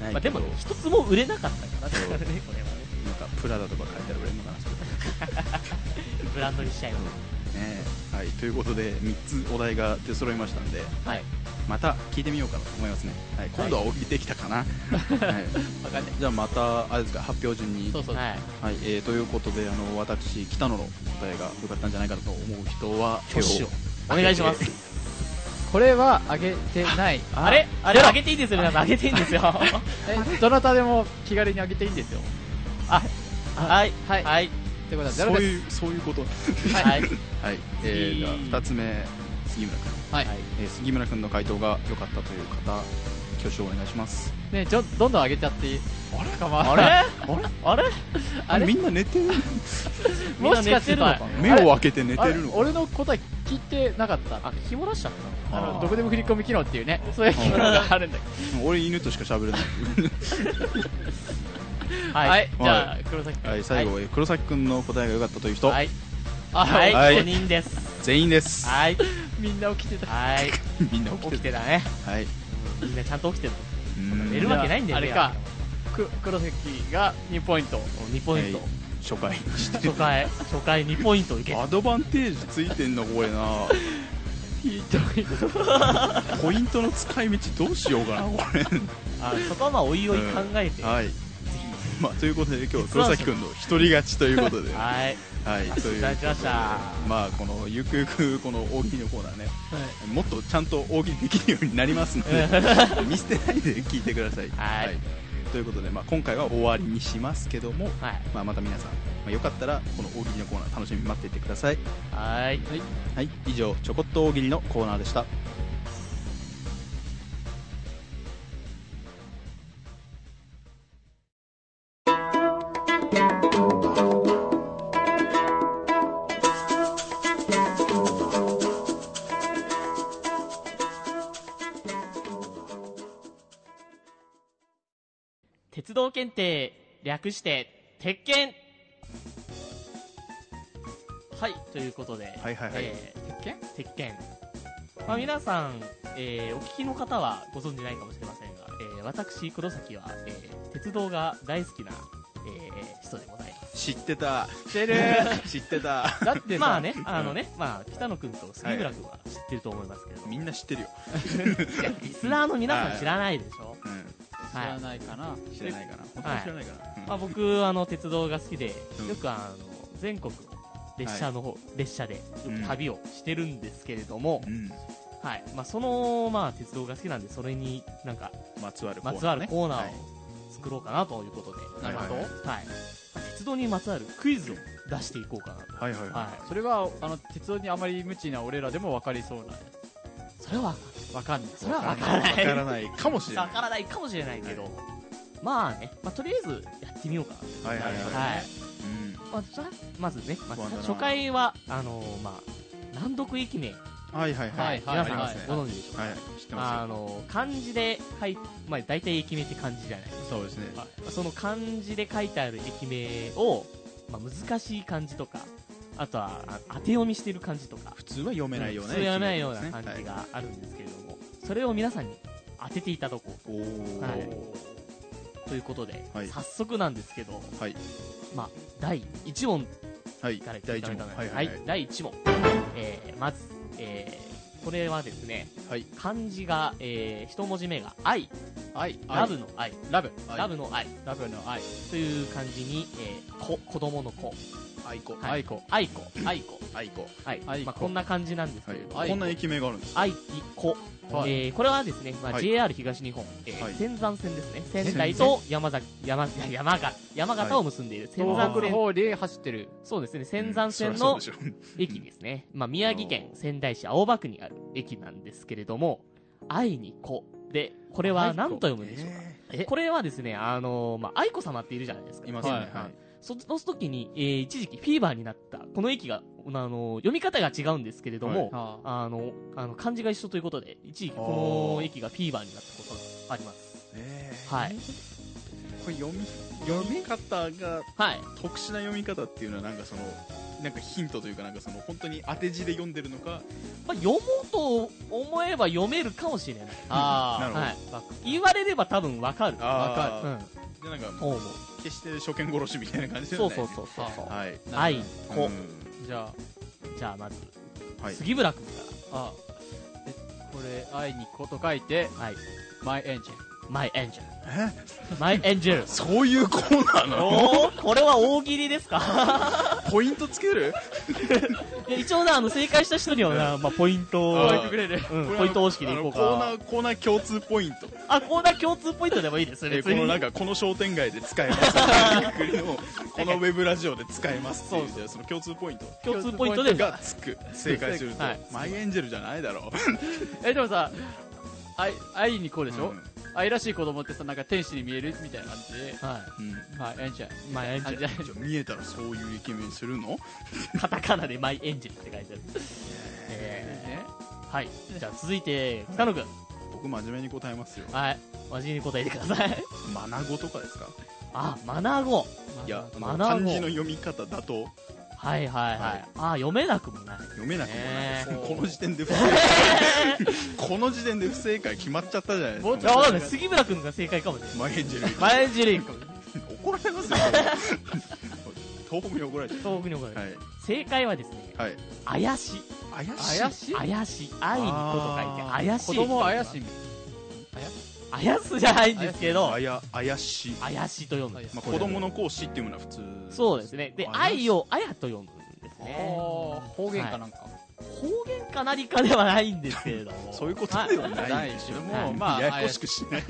なうんいけど、まあでもね一つも売れなかったからそうだからねこれはねなんかプラダとか書いてあるぐらいのかなそれブランドにしちゃえばねはい、ということで3つお題が出揃いましたんではいまた聞いてみようかなと思いますね、はい、今度は大喜利できたかな、はい、わかんないじゃあまたあれですか発表順にそうそうはいはいえーということであの私北野の答えが良かったんじゃないかなと思う人は手挙手ををお願いし ますこれはあげて ないあれあれ上げていいですよ皆さん上げていいんですよえどなたでも気軽にあげていいんですよはいはいはいってことはゼそロうですいうそういうことはいはい、えー、次では2つ目杉村君、はいえー杉村君の回答が良かったという方挙手をお願いしますねちょどんどんあげちゃっていいあれ構わあなれいあれあれみんな寝てるみんもなし寝かてしてるのか目を開けて寝てあれるのか俺の答え聞いてなかったあひも出しちゃったああーのどこでも振り込み機能っていうねそういう機能があるんだけ俺犬としか喋れないのどはいじゃはあ黒崎君はい、最後、えー黒崎くんの答えが良かったという人、はいあはいは5い人です全員です。はいみんな起きてたはいみんな起起ききててる。たねはい。みんなちゃんと起きてるうん寝るわけないんだよねあれかく黒崎が2ポイント2ポイントはい初回にして初回初回2ポイントいけたアドバンテージついてんのこれなひどいポイントの使い道どうしようかなこれあそこはまあおいおい考えて、はいまあということで今日は黒崎くんの一人勝ちということでははいいといういただきましたまあこのゆくゆくこの大喜利のコーナーねもっとちゃんと大喜利できるようになりますので 見捨てないで聞いてくださいはいということでまあ今回は終わりにしますけどもはいまあ、また皆さん、まあ、よかったらこの大喜利のコーナー楽しみに待っていてくださいはいはい以上ちょこっと大喜利のコーナーでした鉄道検定略して鉄検はいということで、はいはいはいえ鉄拳ー鉄検、まあ、皆さん、えーお聞きの方はご存じないかもしれませんが、えー私黒崎は、えー鉄道が大好きな、えー人でございます知ってた知ってる 知ってただってさまあねあのね、まあ、北野君と杉村君は知ってると思いますけれども、みんな知ってるよ、いやリスナーの皆さん知らないでしょうん、知らないかな知らないかな本当に知らないかな、うんまあ、僕あの鉄道が好きでようんくあの全国を列車の方、列車でよく旅をしてるんですけれども、うんはいまあ、その、まあ、鉄道が好きなんでそれになんかまつわるコまーナー、ね、つわるコーナはーいを作ろうかなということで、なるほどはいまあ鉄道にまつわるクイズを出していこうかなと、はいはいははそれはあの鉄道にあまり無知な俺らでも分かりそうなやい、それはつわかんないそれはわ分からないわからないかもしれないわからないかもしれないけど、まあね、まあ、とりあえずやってみようかなとはいはいはい、はいうんまあじゃあまずね、まあ不安だな初回はあのーまあ難読駅名はいはいはいはい皆ありまさすねんご存知でしょうか、はいはい知ってあまの漢字で書い、まあ、大体駅名って漢字じゃないですよそうですねすかその漢字で書いてある駅名を、まあ、難しい漢字とかあとはあ当て読みしてる漢字とか普通は読めないようなそう読めないような生き漢物です字ねがあるんですけれども、それを皆さんに当てていただこうはい、はいということで、はい早速なんですけど、おーはいまあ、第1問はいからいただい第一た問のではいははいいはい第1問、えーまず、えーこれはですね、はい漢字が、えー、一文字目が愛、愛、ラブの愛、ラブ、愛ラブの愛ラブの愛、という漢字に、えー、子、子供の子、愛子はい愛子、愛子、愛子、愛子はい。愛子まあ、こんな感じなんですけはれいども、愛こんな駅名があるんです愛き子、はいえーこれはですね、まあ、はい JR 東日本、えーはい仙山線ですね仙台と山崎山 山が山形を結んでいる仙東山北の線、方で走ってる。そうですねうん仙山線そりゃのそうでしょ駅ですね、まあ、宮城県仙台市青葉区にある駅なんですけれども愛に子でこれは何と読むんでしょうか、ねえこれはですね、あのーまあ、愛子様っているじゃないですか。いますねはいはそその時に、えー一時期フィーバーになった、この駅が、あのー読み方が違うんですけれども、はいあああの、あの、漢字が一緒ということで、一時期この駅がフィーバーになったことがあります。いねえはい。これ読み読み方がはい。特殊な読み方っていうのはなんかそのなんかヒントというかなんかその本当に当て字で読んでるのかまあ、読もうと思えば読めるかもしれない。あなあるほどはい。言われれば多分わかる。あーわかでなんる。うん。かと思う。決して初見殺しみたいな感じでそはうないそうそうそう。ははい愛、う子。んじゃじゃあまず、はい杉村君あ、ああえこれ、愛に子と書いて、が、はい。マイエンジェル。マイエンジェえル。マイエンジェル。そういう子なのおーこれは大喜利です か ポイントつけるいや一応ね、あの、正解した人にはな、まあ、ポイントを、あーくれる。うこん、れポイント方式でいこうか。あのコーナーコーナー共通ポイントあ、コーナー共通ポイントでもいいです、え別こに。のなんかこの商店街で使え ますっていうのをこのウェブラジオで使えますっていうじゃあその共通ポイント共通ポイントで、がつく正解すると、はいマイエンジェルじゃないだろ え、でもさ、愛、愛に子うでしょ、うん愛らしい子供ってさ、なんか天使に見えるみたいな感じで、はうんマイエンジェル。い。マイエンジェル感じ。でじゃあ見えたらそういうイケメンするのカタカナでマイエンジェルって書いてある。えね。ーはい。じゃあ続いて、北野くん。僕真面目に答えますよはい。真面目に答えてください。 マナ語とかですかあ、マナー語。いやあのマナ漢語字の読み方だとはいはいはい。はいあ、読めなくもない。読めなくもないです、ねこの時点で不正解この時点で不正解決まっちゃったじゃないもですうちょっあ、かわかんない。杉村くんが正解かもしれない。マイエンジェルマイエンジェルいいかも。怒られます よ東北に怒られちゃ東北に怒られうる。はい正解はですね、はい怪しい。怪しい怪しい怪しい。愛に子と書いて、怪しい。子供は怪しい。い。怪すじゃないんですけどあ、や怪しい、怪しいと読む。まあ、子供の講師っていうものは普通そうですね。で、怪しい愛をあやと読むんですね。おー方言かなんか。方言か何かではないんですけれども そういうことではないんでしょはいはもいうまあはいややこしくしない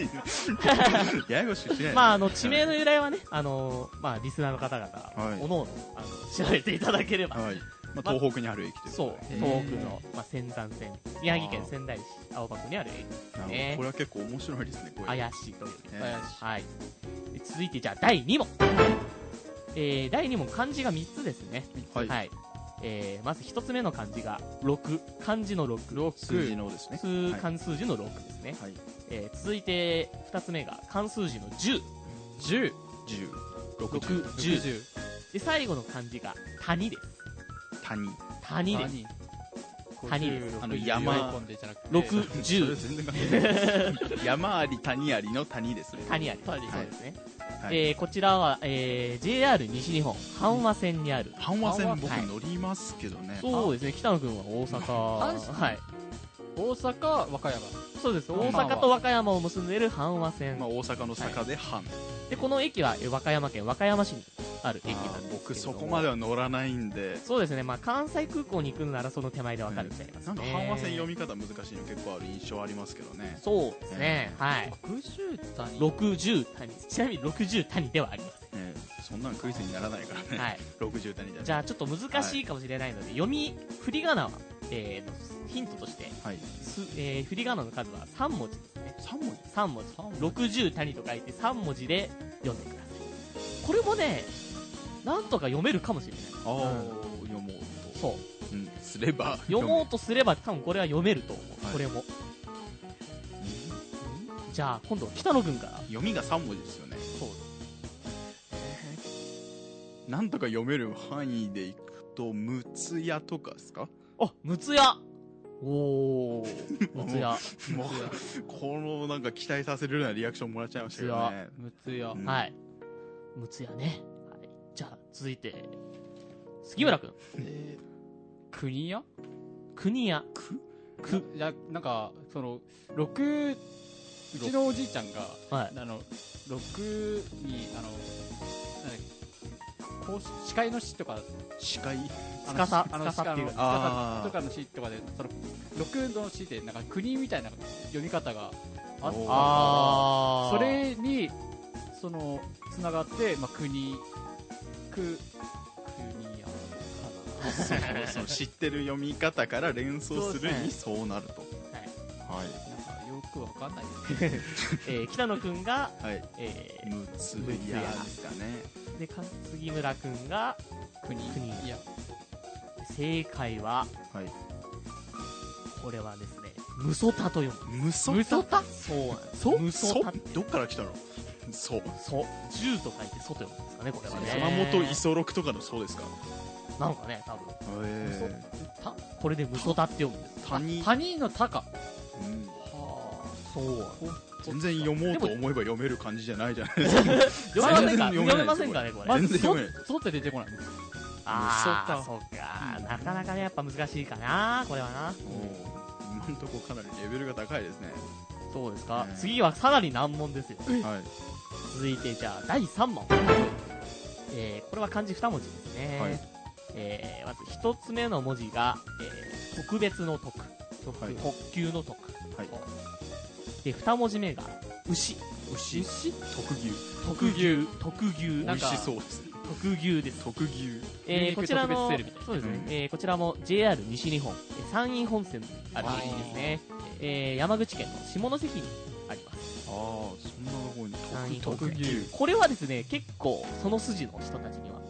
ややこ しくしないまあ、あの、地名の由来はね、あのーまあ、リスナーの方々、いおのおの、あの、調べていただければ。はいまあ、東北にある駅というそう、へー東北の、まあ、仙山線、宮城県仙台市、青葉区にある駅、なるほどねこれは結構面白いですねこれ怪しいという。ね怪しはい。で続いて、じゃあ、第2問。えー、第2問、漢字が3つですね。はい、はい。えー、まず1つ目の漢字が、6。漢字の6。ロッ数字ク。のですね数はい漢数字の6ですね。はいえー続いて、2つ目が漢数字の10。 10。 10 6 60、 10。で、最後の漢字が谷です。谷谷です。谷。谷ですあの山喜んでじゃなくて。 6、それ10。全然関係ない 山あり谷ありの谷ですね谷あり。谷そうですね。はいえーこちらは、えー JR 西日本、阪和線にある。阪和線はい僕乗りますけどね、そうですね、北野くんは大阪阪。神はい。大阪、和歌山。そうです。阪大和阪と和歌山を結んでいる阪和線まあ、。大阪の坂で阪、で、この駅は、えー和歌山県和歌山市にある駅なあんですけーれども。僕そこまでは乗らないんでそうですね、まあ、関西空港に行くならその手前でわかるみたいな。なんか阪和線読み方難しいの結構ある印象ありますけどねそうですね、はい。 60谷。 60谷。ちなみに60谷ではありま せねそんなんクイズにならないからね、ん。はい。 60谷じゃじゃゃあちょっと難しいかもしれないので、読み、振り仮名は、えーの、ヒントとして、はいすえー振り仮名の数は3文字ですね。 3文字3文字。60谷と書いて3文字で読んでください。これもね、なんとか読めるかもしれない。ああ、読もうと、そう。うん、すれば読もうとすれば多分これは読めると思う。はいこれも。読めるじゃあ今度、北野くんから。読みが3文字ですよねそう。なんとか読める範囲でいくとむつやとかですかあ、むつやおー、むつや。 もうこのなんか期待させるようなリアクションもらっちゃいましたけどねむつや。うんはい。むつやね。はい。じゃあ、続いて、杉村くん。えー国や国や。くくいやなんかその6うちのおじいちゃんがはいあの6にあのなんだっけこう司会の師とか司会あの司あの司っていうあの司あーとかの詩とかでその6の詩でなんか国みたいな読み方があっておーあーそれにそのつながって、まあ、国く国やそうそう知ってる読み方から連想するにそうなるとはいなんかよくわかんないですけえー北野くんが、はいえむつやですかねー、でか杉村くんがど国 国いや正解ははいこれはですね無ソタと読むむそ無ソタそうなんですそ無そソタどっから来たのそうそ銃と書いてソと読むんですかねこれはね山本五十六とかのそうですかなんかね多分へたこれで無ソタって読むんです谷谷の鷹えうんはあそうなんです全然読もうと思えば読める感じじゃないじゃないです読めませんか読め全然読めないませんかねこれままずず全然読めない「そ」って出てこないああ無そうかなかなかねやっぱ難しいかなこれはなか今んとこかなりレベルが高いですねそうですかうん次はさらに難問ですよはい続いてじゃあ第3問、えーこれは漢字2文字ですね、はいえーまず1つ目の文字が、えー特別の特特,、はい級の特はいで2文字目が牛牛特牛特牛特牛美なん味かしそうですね特牛です、特牛えー牛肉こちらの特別セールみたいなそうですね、うんえーこちらも JR 西日本えー山陰本線にある駅ですね、えー山口県の下関にありますああそんなとこに山陰本特線牛これはですね結構その筋の人たちには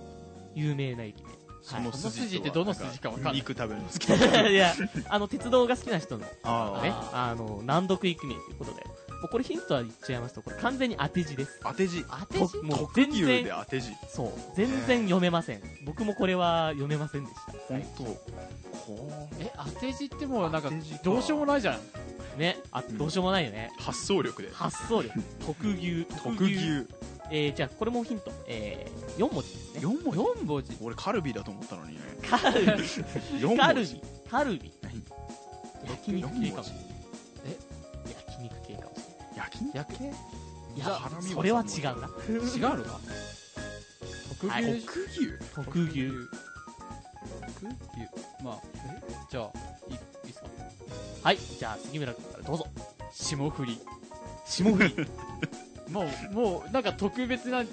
有名な駅でそのその筋筋ってどの筋かわかんない肉食べるんですけどいや、あの、鉄道が好きな人の、ね、あああの、難読イクメンということで、もうこれヒントは言っちゃいますと、これ完全に当て字です。当て字当てと字もう特全牛で然、当て字そう、全然読めません。僕もこれは読めませんでした。本当こえ当て字ってもうなん当かて字かどうしようもないじゃんね、あ、んどうしようもないよね。う発想力で発想力、特牛、特牛えー、じゃあこれもヒント。えー、4文字ですね。四文字4文字俺カルビだと思ったのにねカルビ、四カ文ル字ビ、カルビ何。焼肉系かもしれない。え焼肉系かもしれない。焼肉焼け違いじゃあやハラ、ミはそれは違三う文な。うのか特はい牛特牛特牛。特牛まあえじゃあいいいっすかはい、じゃあ杉村君からどうぞ。霜降り霜降り。もうもうなんか特別な後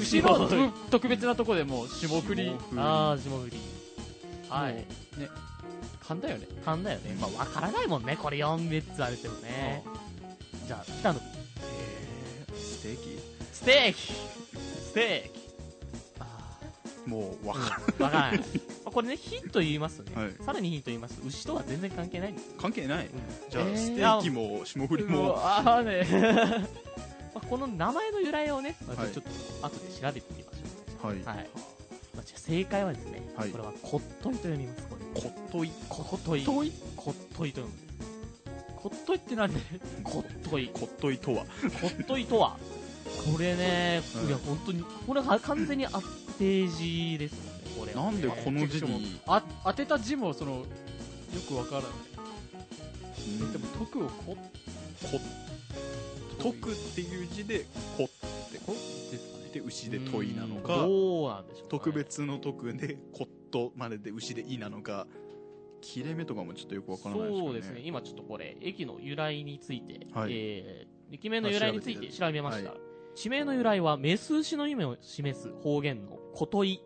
後ろろのの特特別なとこでもう霜降りああ、霜降り。はいもうね勘だよね勘だよね。まあ、わからないもんね。これ4列つあれてもね。じゃあ、北野君。えーステーキステーキステあもうわかーキわからない。まあ これね、ヒント言いますとね、はいさらにヒント言いますと、牛とは全然関係ないんですよ。関係ないじゃあえーステーキも霜降りもうもああね まあこの名前の由来をね、まはあ、いちょっと後で調べてみましょ。はいうはい。まあ、じゃあ正解はですね、はいこれは骨董と読みます。これこっとい骨董遠い骨董と読むんです。ほっといってなんで骨董 こっといとはほっといとは。これね、うんいや、本当に、これは完全に当て字ですよね、これはね。なんでこの字しかもにあ当てた字もそのよくわからないうんでも徳をここ徳っていう字でこってこですかっねて牛でといなのうかんどうなんでしょう、ね。特。別の徳でこっとまでで牛でいなのか切れ目とかもちょっとよくわからないですそようねですね、今ちょっとこれ、駅の由来について、はいえー、駅名の由来について調べました。は地名の由来は、メス牛の意味を示す方言のことい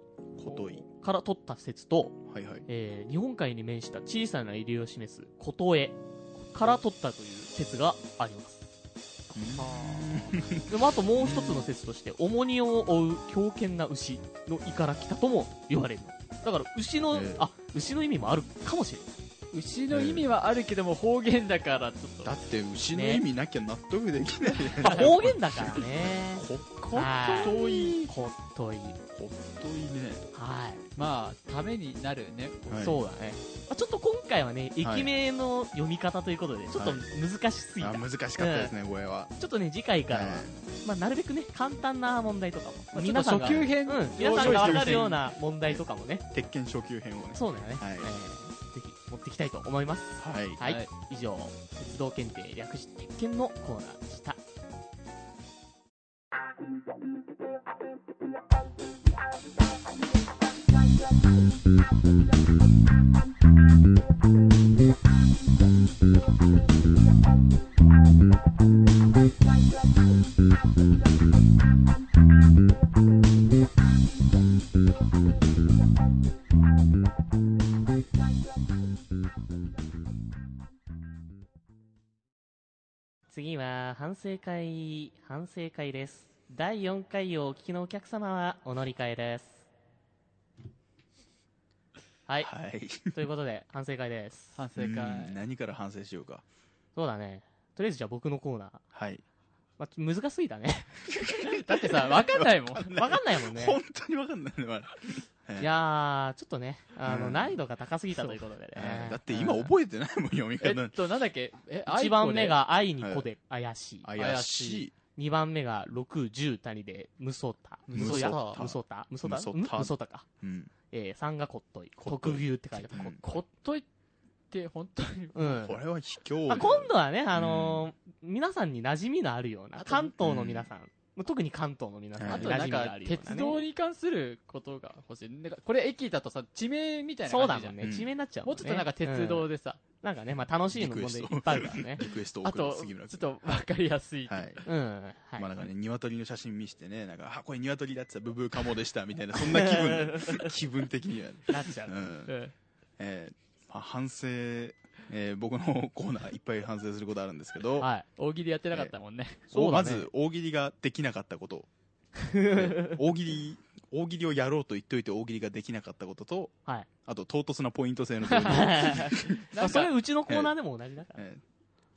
こといから取った説と、はいはいえー、日本海に面した小さな入りを示すことえから取ったという説があります。でもあともう一つの説として、重荷を負う強健な牛の胃から来たとも言われる。だから牛の、ええあ、牛の意味もあるかもしれない。牛の意味はあるけども方言だからちょっとだって牛の意味なきゃ納得できないじゃ まな あい方言だからね。ここっといこっとい。こっといねはまあためになるよねい。はいそうだね。まあちょっと今回はね、はい駅名の読み方ということで、ちょっとはい難しすぎた。あ難しかったですねこれはちょっとね、次回からは、はいまあ、なるべくね、簡単な問題とかも。まあちょっとさんが初級編うん。皆さんがわかるような問題とかもね。鉄拳初級編をねそうだよね。はいえーぜひ、持ってききたいと思います。はい。はい、はい以上鉄道検定略して鉄検のコーナーでした次は反省会反省会です第4回をお聞きのお客様はお乗り換えです はいはい。ということで反省会です反省会。うん何から反省しようか。そうだねとりあえずじゃあ僕のコーナー、はい。まあ、難しすぎたねだってさ、わか んないもん。分かんない もんね本当にわかんないのあれいやーちょっとねあの、うん難易度が高すぎたということでえねーだって今覚えてないもん、読みえ方。っと、なんだっけえ、 1番目アイが「愛に子」で怪しい、怪しい。 2番目が6、10谷で、無ソタ。無ソタ無ソタ。無ソタ。無ソタん無ソタか。うん。えー、3がこっとい。こっとい特牛って書いてある。コね。ほっといて、本当に。うんこ。れは卑怯まあ、今度はね、あのー皆さんに馴染みのあるような、あと関東の皆さん、特に関東の皆さはんいあにと馴染なみんがかあ、るような、鉄ね。道に関することが欲しい。なんか、これ駅だとさ、地名みたいなそうだ感じじもゃんね。ん。うん地名になっちゃうももうんちね。ょっとなんか鉄道でさ、なんかね、まあ楽しいのもんでいっぱいあるからねリ。クエストをあ送ると、杉村ちょっ君。とわかりやすい。はい。うん。はい。まあなん かね、鶏の写真見せてね、なんか、あ、これ鶏だってさ、ブブーカモでした、みたいな、そんな 気分、気分的にはね。なっちゃうう。ん。うんえーまあ反省、えー僕のコーナーいっぱい反省することあるんですけど、はい。大喜利やってなかったもんね。そうだまねず、大喜利ができなかった こと。で大喜利、大喜利をやろうと言っといて大喜利ができなかったことと、はい。あと、唐突なポイント制の導入まあそれうちのコーナーでも同じだから。えー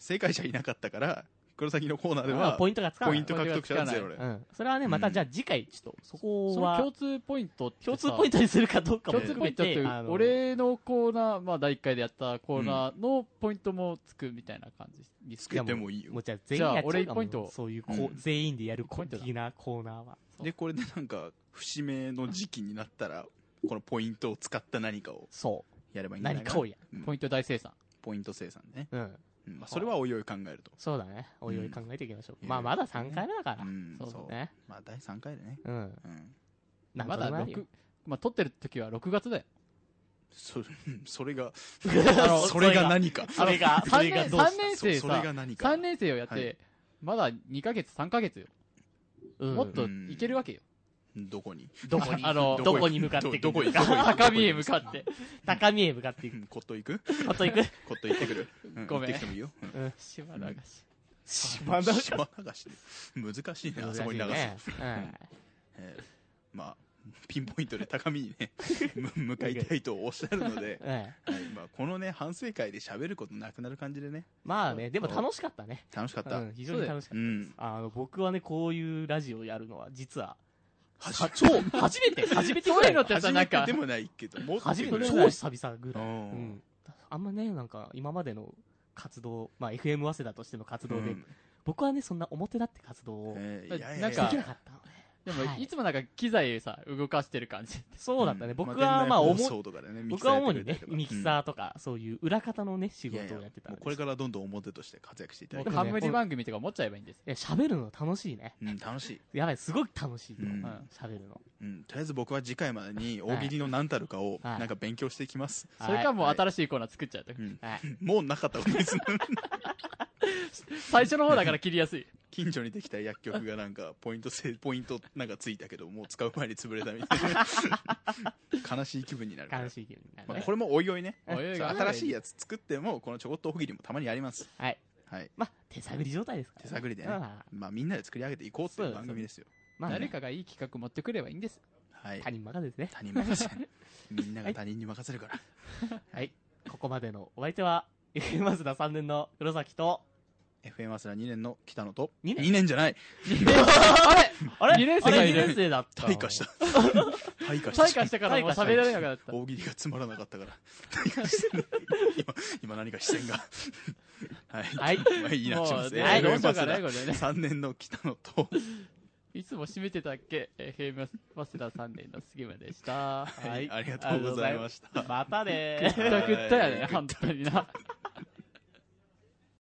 正解者いなかったから、黒崎のコーナーであは、ポイントがつかない。ポイント獲得者はゼロで。うん。それはね、またじゃあ次回、ちょっと、そこそのは共、通ポイントってさ共通ポイントにするかどうかも共通含め、ポイントっててあ、の俺のコーナー、まあ第1回でやったコーナーのポイントもつくみたいな感じですつけてもいいよも。うじゃあ全員やっちゃうじゃあ俺か一ポインもトそういうこう、うん全員でやるコポイントだ的なコーナーは。そうで、これでなんか、節目の時期になったら、このポイントを使った何かをそやればいいうんじゃな何いかかなをやうんポイント大生産。ポイント生産ね。る。うん。うんまあ、それはおいおい考えると。そうだね。おいおい考えていきましょう。うんまあまだ3回目だから。うん、そうだそう。ね。まあ、第3回でね。うん。うん。なんまとだなく6、まあ撮ってる時は6月だよ。そ それが、 あの それが何か。それが、そ3れが年どう三し年そ生それがさ、何か。 3年生をやって、はいまだ2ヶ月、3ヶ月よ。うんもっといけるわけよ。どこにどこに、あのどこに向かっていどどこくにのか。 高みへ向かって。高みへ向かっていく。うんコット行くあと行く。コット行ってくる。うごめん行ってきてもいいよ。うんうん。島流し。島 流し。島流し。難しいね、あそこに流す。ね。うんん。えーまあ、ピンポイントで高みにね、む向かいたいとおっしゃるので、 ええはいまあ、このね、反省会で喋ることなくなる感じでね、まあね、でも楽しかったね。楽しかった。ううんん、非常に楽しかった。あの、僕はね、こういうラジオやるのは、実 は、はは超、初めて、初めてぐらいのそういうのってさなんか初めてでもないけど、もっと初めて、ぐらい超久々ぐうらい。うんん。あんまね、なんか、今までの活動、まあ、FM 早稲田としての活動で、うん僕はね、そんな表立って活動をでえーいやいやいやなんきかなかったのね。でも、はいいつもなんか機材さ、動かしてる感じ。そうだったね。僕は、まあ、電主に話放送とかでねミキ僕サーはやっ主てくにれねた、りとかミキサーとか、そういう裏方のね、仕事をやってたうんいやいやもんうでこれす。からどんどん表として活躍していただいもうて、僕冠番組とか持っちゃえばいいんですよ。いや喋るの楽しいね。うん、楽しい、やばい、すごく楽しいとう思う。んうん喋るの。うん、とりあえず僕は次回までに大喜利の何たるかをはいなんか勉強していきます、それかもうはい新しいコーナー作っちゃうと。うんはい。もうなかったことですね最初の方だから切りやすい。近所にできた薬局がなんかポイントせポイントなんかついたけどもう使う前に潰れたみたいな悲しい気分になるから悲しい気分になるまあ、ね。これもおいおいねおいおいそう新しいやつ作ってもこのちょこっと大喜利もたまにありますはい。はいまあ、手探り状態ですから手ね。探りでねああまあみんなで作り上げていこうっていう番組ですよまあね、誰かがいい企画持ってくればいいん です。はい他人任せですね。他人任せみんなが他人に任せるからはい。ここまでのお相手は、FM マスダ3年の黒崎と、 FM アスラ2年の北野と二年2年じゃないあれ二年生がいるあれ二年生だった。退 化した退化した退化したからもう喋られなくなった。大喜利がつまらなかったから退化した今今何か視線がはい、はいまあいいなしますもうねはいどうねしようかね、これね。 3年の北野といつも締めてたっけ ?FM 早稲田3年の杉村でした。はい、ありがとうございました。またねーぐったぐったやね、本当にな。